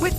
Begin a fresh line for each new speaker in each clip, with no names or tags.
With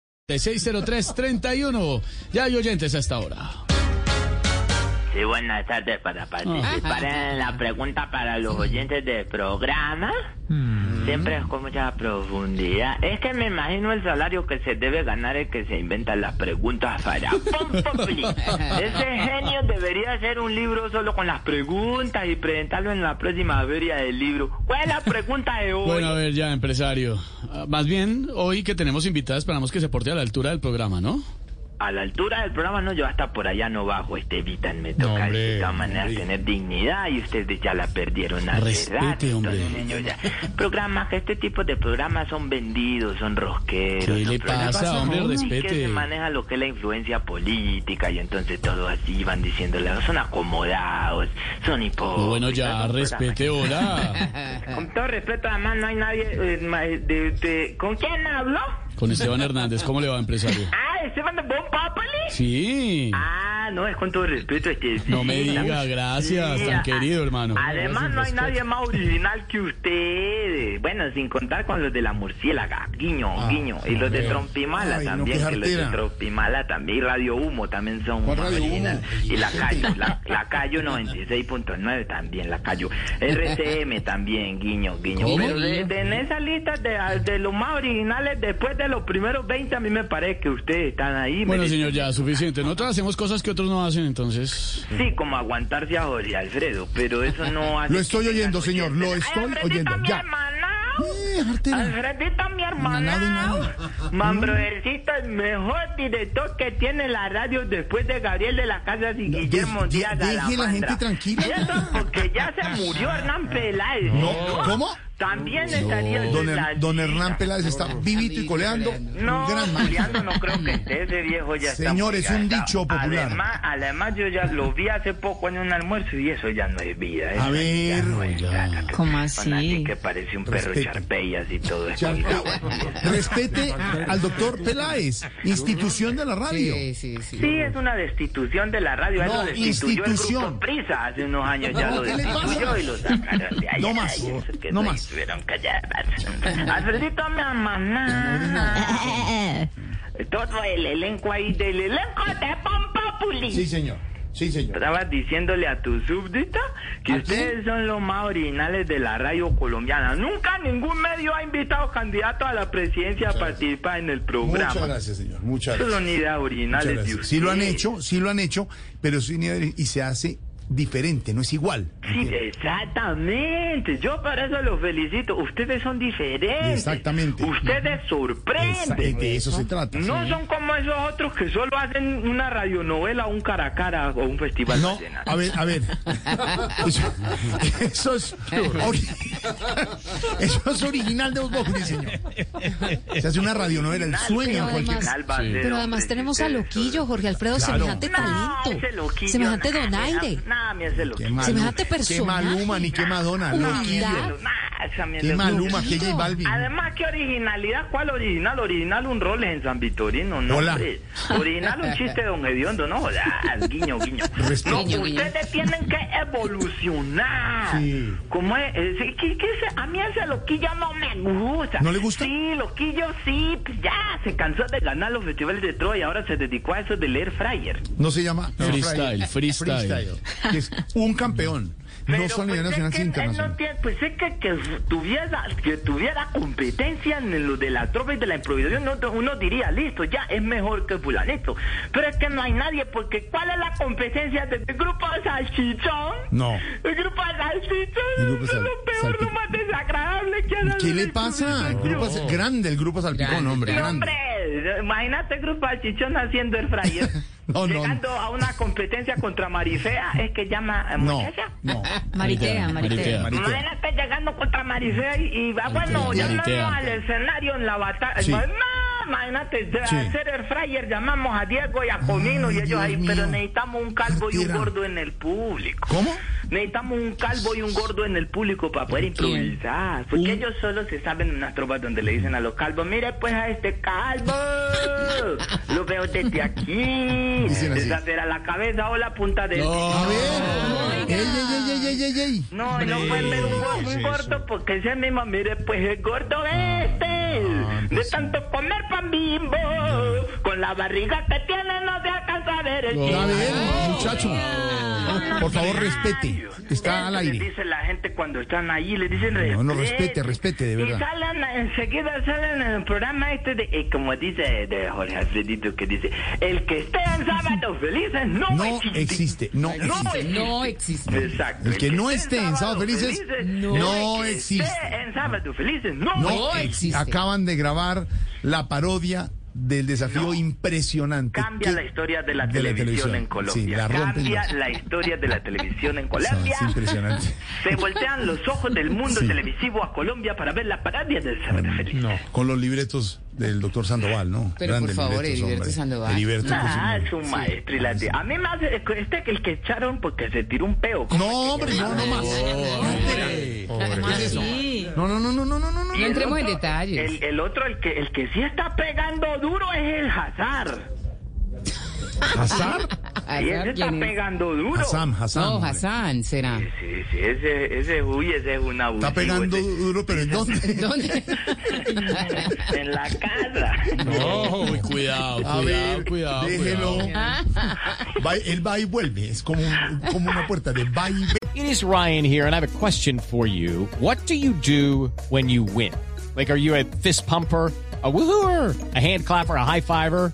De 603-31. Ya hay oyentes hasta ahora.
Sí, buenas tardes. Para participar en la pregunta para los oyentes del programa,
Mm.
siempre es con mucha profundidad. Es que me imagino el salario que se debe ganar el que se inventa las preguntas para Pom Populi. Ese genio debería hacer un libro solo con las preguntas y presentarlo en la próxima feria del libro. ¿Cuál es la pregunta de hoy?
Bueno, a ver ya, empresario. Ah, Más bien, hoy que tenemos invitadas, esperamos que se porte a la altura del programa, ¿no?
A la altura del programa no, yo hasta por allá no bajo, Estevita, me toca
hombre,
de esta manera
hombre.
tener dignidad y ustedes ya la perdieron a
Respete, hombre.
Programas, que este tipo de programas son vendidos, son rosqueros.
¿Qué
son
le
programas
pasa, hombre?
en Que
Respete.
se maneja lo que es la influencia política y entonces todos así van diciéndole, son acomodados, son
Oh,
hipócritas.
Bueno, ya,
son
respete, oh.
programas-
hola.
Con todo respeto, además no hay nadie... eh, ma- de- de- ¿Con quién habló?
Con Esteban Hernández, ¿cómo le va, empresario?
Ah, Esteban de Bon Populi.
Sí.
Ah, no, es con todo respeto. Es que
No
sí,
me
tam-
diga, gracias,
sí,
tan
a-
querido, hermano.
Además, no hay nadie más original que ustedes. Bueno, sin contar con los de la murciélaga, guiño,
Ah,
guiño. Y los de Trompimala también, que los de Trompimala también. Y Radio Humo también son más originales. Y la Cayo, la, la Cayo 96.9 también, la Cayo. RCM también, guiño, guiño.
¿Cómo?
Pero de, de en esa lista de, de los más originales, después de los primeros 20, a mí me parece que ustedes están ahí.
Bueno,
merecen-
señor, ya, suficiente. Nosotros hacemos cosas que otros no hacen, entonces...
Sí, como aguantarse a Jorge Alfredo, pero eso no hace.
Lo estoy
que
oyendo,
tengan
señor, lo
oyentes.
estoy
Alfredito,
oyendo,
mi
ya.
hermanao.
Eh, artera.
Alfredito, mi
Nada de
hermanao.
nada.
Mambrodercito, el mejor director que tiene la radio después de Gabriel de la Casa y Guillermo
de- de-
Díaz
deje la
Salamandra.
gente tranquila.
Y eso porque ya se murió Hernán Peláez.
No, ¿cómo?
También estaría en
Don,
esa
Her- don
lista.
Hernán Peláez está vivito y coleando.
No,
un gran
Juliano,
maestro.
no creo que esté ese viejo ya está
Señor,
muy
es un
gastado.
dicho popular.
Además, además, yo ya lo vi hace poco en un almuerzo y eso ya no es vida. eso
A
ya
ver,
no es nada. Que
¿Cómo
son
así?
así que parece un perro
Respete.
charpey así todo.
Ya,
escolgado.
eh, Respete al doctor Peláez, institución de la radio.
Sí, es una destitución de la radio. a él
No,
lo destituyó el
institución.
grupo Prisa hace unos años. Ya
No,
lo
¿qué le pasa?
destituyó y lo sacaron de ahí.
No más, no más.
Estuvieron calladas. Alfredito, mi mamá. Todo el elenco ahí del elenco de Pompopuli.
Sí, señor. Sí, señor.
Estabas diciéndole a tu súbdita que
¿A
ustedes son los más originales de la radio colombiana. Nunca ningún medio ha invitado candidato a la presidencia a participar en el programa.
Muchas gracias, señor. Muchas
Esas son
gracias.
ideas
Muchas
originales de
gracias.
ustedes.
Sí lo han hecho, sí lo han hecho, pero sí, y se hace diferente, no es igual.
Sí, exactamente. Yo por eso los felicito. Ustedes son diferentes.
Exactamente.
Ustedes
Esa-
sorprenden.
de eso se trata.
pues. No
sí.
son como esos otros que solo hacen una radionovela, un cara a cara o un festival
No,
nacional.
a ver, a ver. Eso, eso es. ori- eso es original de Voz Populi, señor. Se hace una radionovela, el
pero
sueño. de cualquier-
además-
va a ser
Pero además
hombre,
tenemos
sí,
a
sí,
Loquillo, Jorge Alfredo,
Claro.
semejante talento,
ese loquillo,
semejante
nah,
donaire.
nah, me hace loquillo.
Qué Maluma,
Semejante
Qué
personaje.
Maluma, ni qué Madonna. Loquillo.
Humildad.
Nah, esa me hace
Qué Maluma, que
Loquillo.
J Balvin.
Además, ¿qué originalidad? ¿Cuál original? Original un rol en San Vitorino, ¿no?
Hola.
hombre. Original un chiste de Don Ediondo, ¿no? jodas, guiño, guiño.
Respeto.
No,
Guiño,
ustedes tienen que evolucionar.
Sí.
¿Cómo es? Eh, sí, ¿qué- qué es? A mí ese loquillo no me gusta.
¿No le gusta?
Sí, loquillo sí. pues Ya, se cansó de ganar los festivales de Troy y ahora se dedicó a eso de leer Fryer.
No se llama.
Freestyle, freestyle.
que es un campeón.
Pero
no solo a
pues
nivel
es
nacional,
que
sino
él no
internacional.
tiene- pues es que, que tuviera, que tuviera competencia en lo de la trova y de la improvisación, no- uno, diría, listo, ya es mejor que fulanito. Pero es que no hay nadie, porque ¿cuál es la competencia del grupo Salchichón?
No.
El grupo Salchichón
El grupo
es
Sal-
lo peor,
Salpi-
lo más desagradable que ha dado
¿Qué
el
le pasa? El
improvisación.
grupo es grande, el grupo Salpicón, hombre.
Sí,
Grande.
hombre, imagínate el grupo Salchichón haciendo el fryer.
No, no.
Llegando a una competencia contra Marifea, es que llama eh,
No,
muchacha.
no.
Maritea,
Maritea.
Maritea.
Maritea.
Imagínate llegando contra Maricel y va, bueno,
Maritea.
llamando al escenario en la batalla. Pues,
Sí.
No, imagínate, de
Sí.
hacer el fryer llamamos a Diego y a Comino
Ay,
y ellos
Dios
ahí, pero
mío.
necesitamos un calvo y un
Mentira.
gordo en el público.
¿Cómo?
Necesitamos un calvo y un gordo en el público para poder improvisar. Porque
Uh.
ellos solo se saben unas tropas donde le dicen a los calvos, mire pues a este calvo, lo veo desde aquí.
Dicen así.
Esa será la cabeza o la punta del...
A ver. Ey, ey, ey, ey, ey, ey.
No, y no pueden ver un, go- un gordo porque ese mismo, mire, pues el gordo
Ah,
este, de tanto comer pan bimbo, con la barriga que tiene no se alcanza a ver el
A
chico.
ver, muchacho. Por favor, respete. Está al
Eso les
aire.
dice la gente cuando están ahí, le dicen respete.
No, no, respete, respete, de verdad.
Y salen, enseguida salen en el programa este de, eh, como dice de Jorge Alfredito, que dice, el que esté en sábado felices no,
No existe. No existe.
No existe.
Exacto.
El que no esté en Sábado Felices, no
el que
existe.
esté en Sábado Felices no,
No
existe.
existe. Acaban de grabar la parodia del desafío impresionante.
Cambia
¿Qué?
la historia de la,
De
televisión, en Colombia.
Sí, la rompen.
Cambia
los-
la historia de la televisión en Colombia.
Es impresionante.
Se voltean los ojos del mundo
Sí.
televisivo a Colombia para ver la parodia del Sábado Felices.
No, con los libretos del doctor Sandoval, ¿no?
Pero por favor, Heriberto
hombre.
Sandoval.
Heriberto, pues, por
Ah,
supuesto.
es un maestro. y la de- A mí me hace este que el que echaron porque se tiró un peo.
No, hombre, no, no más.
¿Cómo así?
No, no, no, no, no, no, no, no.
No entremos en
otro-
detalles.
El, el otro, el que, el que sí está pegando duro es el Hazard.
Hassan,
Hazar,
Y ese está
¿quién es?
pegando duro.
Hassan, Oh, Hassan.
No,
hombre.
Hassan será.
Sí, sí, ese, ese, uy, ese es un abusivo.
Está pegando
ese-
duro, pero ¿en dónde?
¿Dónde?
En la casa.
No, uy, cuidado,
A
cuidado,
ver,
cuidado.
déjelo.
cuidado.
Va- él va y vuelve. Es como, un- como una puerta de va y ve-
It is Ryan here, and I have a question for you. What do you do when you win? Like, are you a fist pumper? A woohooer, a hand clapper, a high fiver.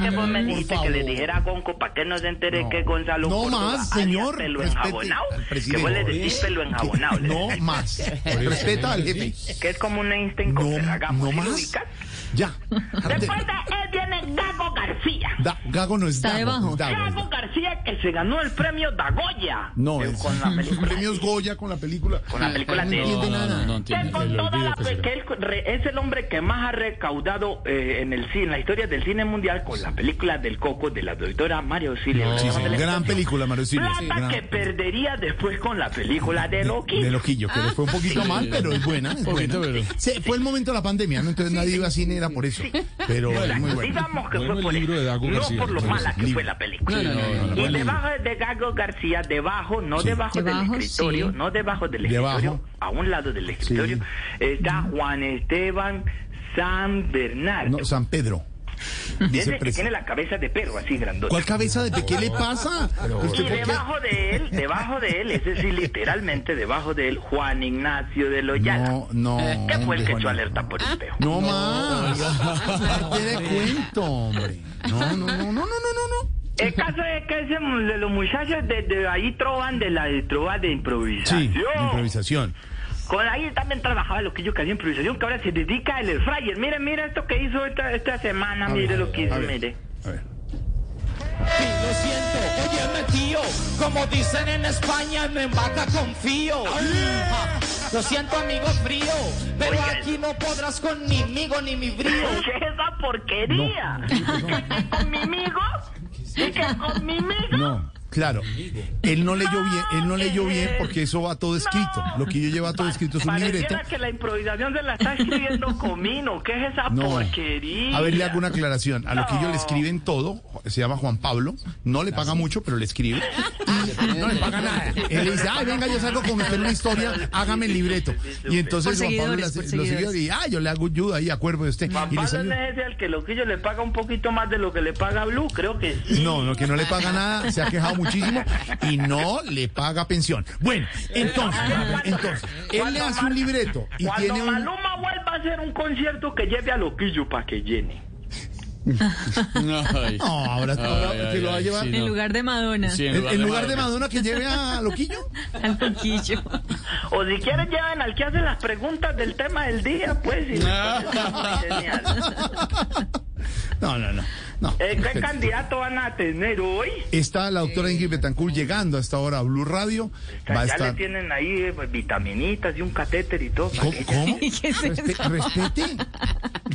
que vos me dijiste
Por
que le
favor.
dijera a Gonco para que no se entere que Gonzalo
No
Córdoba,
más,
alias
señor,
Pelo
respete
enjabonado,
al
que
presidente.
vos le decís pelo enjabonado. le
No
decís,
más. Respeta al jefe.
Que es como un Einstein
No,
con que hagamos.
no
¿sí lo
más.
ubicas?
Ya.
Después de él viene Gago García.
Da- Gago no es
Está
Dago,
debajo.
es Dago.
Gago García que se ganó el premio Dagoya.
No,
Eh,
es
con la película.
premios Goya con la película.
Con la película de-
No entiende nada.
no
Que
entiendo.
con
el
toda
olvido
la-
que será.
que él re- es el hombre que más ha recaudado eh, en el cine, en la historia del cine mundial con la película del Coco de la doctora Mario Silvio.
Sí, sí, gran película, Mario Silva.
Plata
gran-
que perdería después con la película de Loki.
de Loquillo,
Ah,
que le fue un poquito mal, pero es buena. Es
Poquito,
buena.
pero-
Sí, fue el momento de la pandemia, ¿no? Entonces nadie iba a cine, era por eso. Pero es muy bueno.
Digamos que
Bueno,
fue
el
por
libro
eso,
de Dago
no
García,
por lo
bueno,
mala que
libro.
fue la película.
No, no, no, no,
y
bueno.
debajo de Gago García, debajo, no
Sí.
debajo,
Debajo,
del escritorio,
sí.
no debajo del
Debajo.
escritorio, a un lado del escritorio, está Juan Esteban San Bernardo.
No, San Pedro.
Ese que
vicepresi-
tiene la cabeza de perro así grandota.
¿Cuál cabeza de pe- qué le pasa?
Y
¿Usted por qué?
debajo de él, debajo de él, es decir, literalmente debajo de él, Juan Ignacio de Loyala.
No, no.
que Eh, fue el
hombre,
que echó
Juan-
alerta por el peo.
No más. Parte de cuento, hombre. No, no, no, no, no, no, no.
El caso es que ese mu- de los muchachos de, de ahí troban de la de trova de improvisación.
Sí, improvisación.
Con ahí también trabajaba lo que yo hacía improvisación, que ahora se dedica al air fryer. Mire, mira esto que hizo esta, esta semana,
A ver,
mire lo que hizo,
a ver.
mire.
A ver.
Lo siento, óyeme tío, como dicen en España, no en vaca confío.
Ah.
Ja, Lo siento amigo frío, pero
Oiga.
aquí no podrás conmigo ni mi brío.
¿Qué es esa porquería? ¿Que con mi amigo? ¿Y que con mi amigo?
No, claro. Él no leyó bien, él no leyó bien porque eso va todo escrito. Lo que yo llevo todo escrito es un
Pareciera
libreto.
que la improvisación se la está escribiendo Comino. ¿Qué es esa
No.
porquería?
A ver, le hago una aclaración. A lo que yo le escriben todo, se llama Juan Pablo, no le paga mucho, pero le escribe. Y no le paga nada. Él le dice, ay, venga, yo salgo con usted una historia, hágame el libreto. Y entonces
Por
Juan Pablo le
seguidores,
hace-
por
lo
seguidores.
siguió y, ah, yo le hago ayuda ahí, acuerdo de usted.
Juan
Y le
Pablo
salió.
no es ese al que Loquillo le paga un poquito más de lo que le paga Blue, creo que sí.
No, no, que no le paga nada, se ha quejado muchísimo y no le paga pensión. Bueno, entonces, entonces, él le hace un libreto y
Cuando
tiene un...
Maluma vuelva a hacer un concierto que lleve a Loquillo para que llene.
Ay.
No, ahora te- ahora
Ay,
te
ay,
lo va a
ay,
llevar.
sí,
En
no.
lugar de Madonna.
Sí,
En, en lugar de Madonna que lleve a Loquillo.
Al poquillo.
O si quieren, llevan al que hace las preguntas del tema del día, pues. y
Ah.
entonces, genial.
No, no, no. no.
Eh, ¿Qué candidato van a tener hoy?
Está la doctora Ingrid Betancourt llegando a esta hora a Blue Radio. Va
ya le
a estar.
tienen ahí eh, pues, vitaminitas y un catéter y todo.
¿Cómo? cómo?
¿Qué es
Respe-
eso?
respete.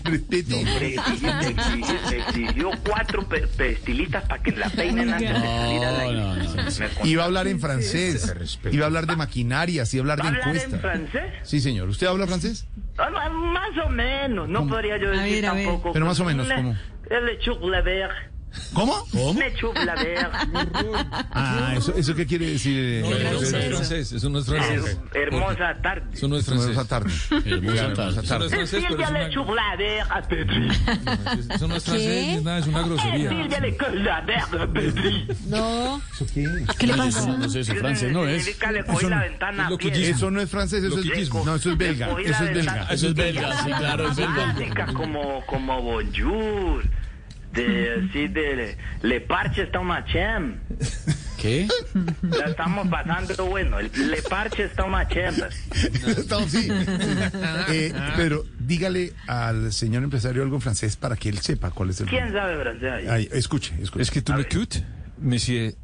Respete.
Le exigió- le exigió- le exigió cuatro pe- pestilitas para que la peinen antes de salir al aire.
No, no, no.
Me contó.
Iba a hablar en francés. Iba a hablar de maquinarias. Iba a
¿Va a
hablar de
hablar en
encuestas.
francés?
Sí, señor. ¿Usted habla francés?
Ah, ma- Más o menos, no podría yo
A
decir
ver, a ver.
tampoco.
Pero más o menos,
Le-
¿cómo?
Le chup la ver.
¿Cómo?
Me chup la ver.
Ah, ¿eso, eso qué quiere decir? eh,
francés.
eh,
eso no es
Ah,
francés.
Hermosa tarde.
Eso no es francés.
Esa tarde.
Hermosa tarde.
Esa tarde.
francés, pero
Silvia
es
le
una-
chup la ver a Petri.
Eso no es francés,
¿Qué?
ni nada, es una grosería.
Silvia le coge la ver a Petri.
No.
¿Qué le
Eso
pasa?
no sé, eso francés no es.
Significa le cogí la ventana a pie.
Eso no es francés, eso es.
Loquillismo.
No, eso es belga.
Cogí la
Eso es
ventana.
belga.
Eso es belga, sí, claro, es belga.
Básica como, como bonjour. De, sí, de le parche está un machem.
¿Qué?
La estamos pasando bueno. el- le parche está un machem.
Estamos- sí. Eh, pero dígale al señor empresario algo en francés para que él sepa cuál es el.
¿Quién sabe francés ahí?
Ay, escuche, escuche.
Es que tú me cute, monsieur.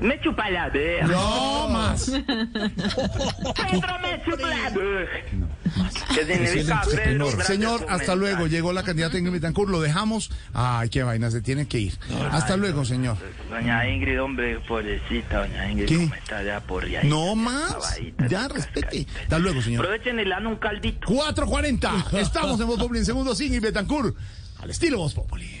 Me chupa la verga.
No más.
Pedro me chupa la verga. Que
Es el
significa Pedro
entretenor.
Grande
Señor, hasta
Comensal.
luego. Llegó la candidata Ingrid Betancourt, lo dejamos. Ay, qué vaina, se tiene que ir. Hasta luego, señor.
Doña Ingrid, hombre, pobrecita, doña Ingrid,
¿Qué?
¿cómo está ya por allá?
No más.
Acabadita,
Ya, respete. Hasta luego, señor.
Aprovechen y le dan un caldito.
4.40. Estamos en Voz Populi en segundos. Ingrid Betancourt, al estilo Voz Populi.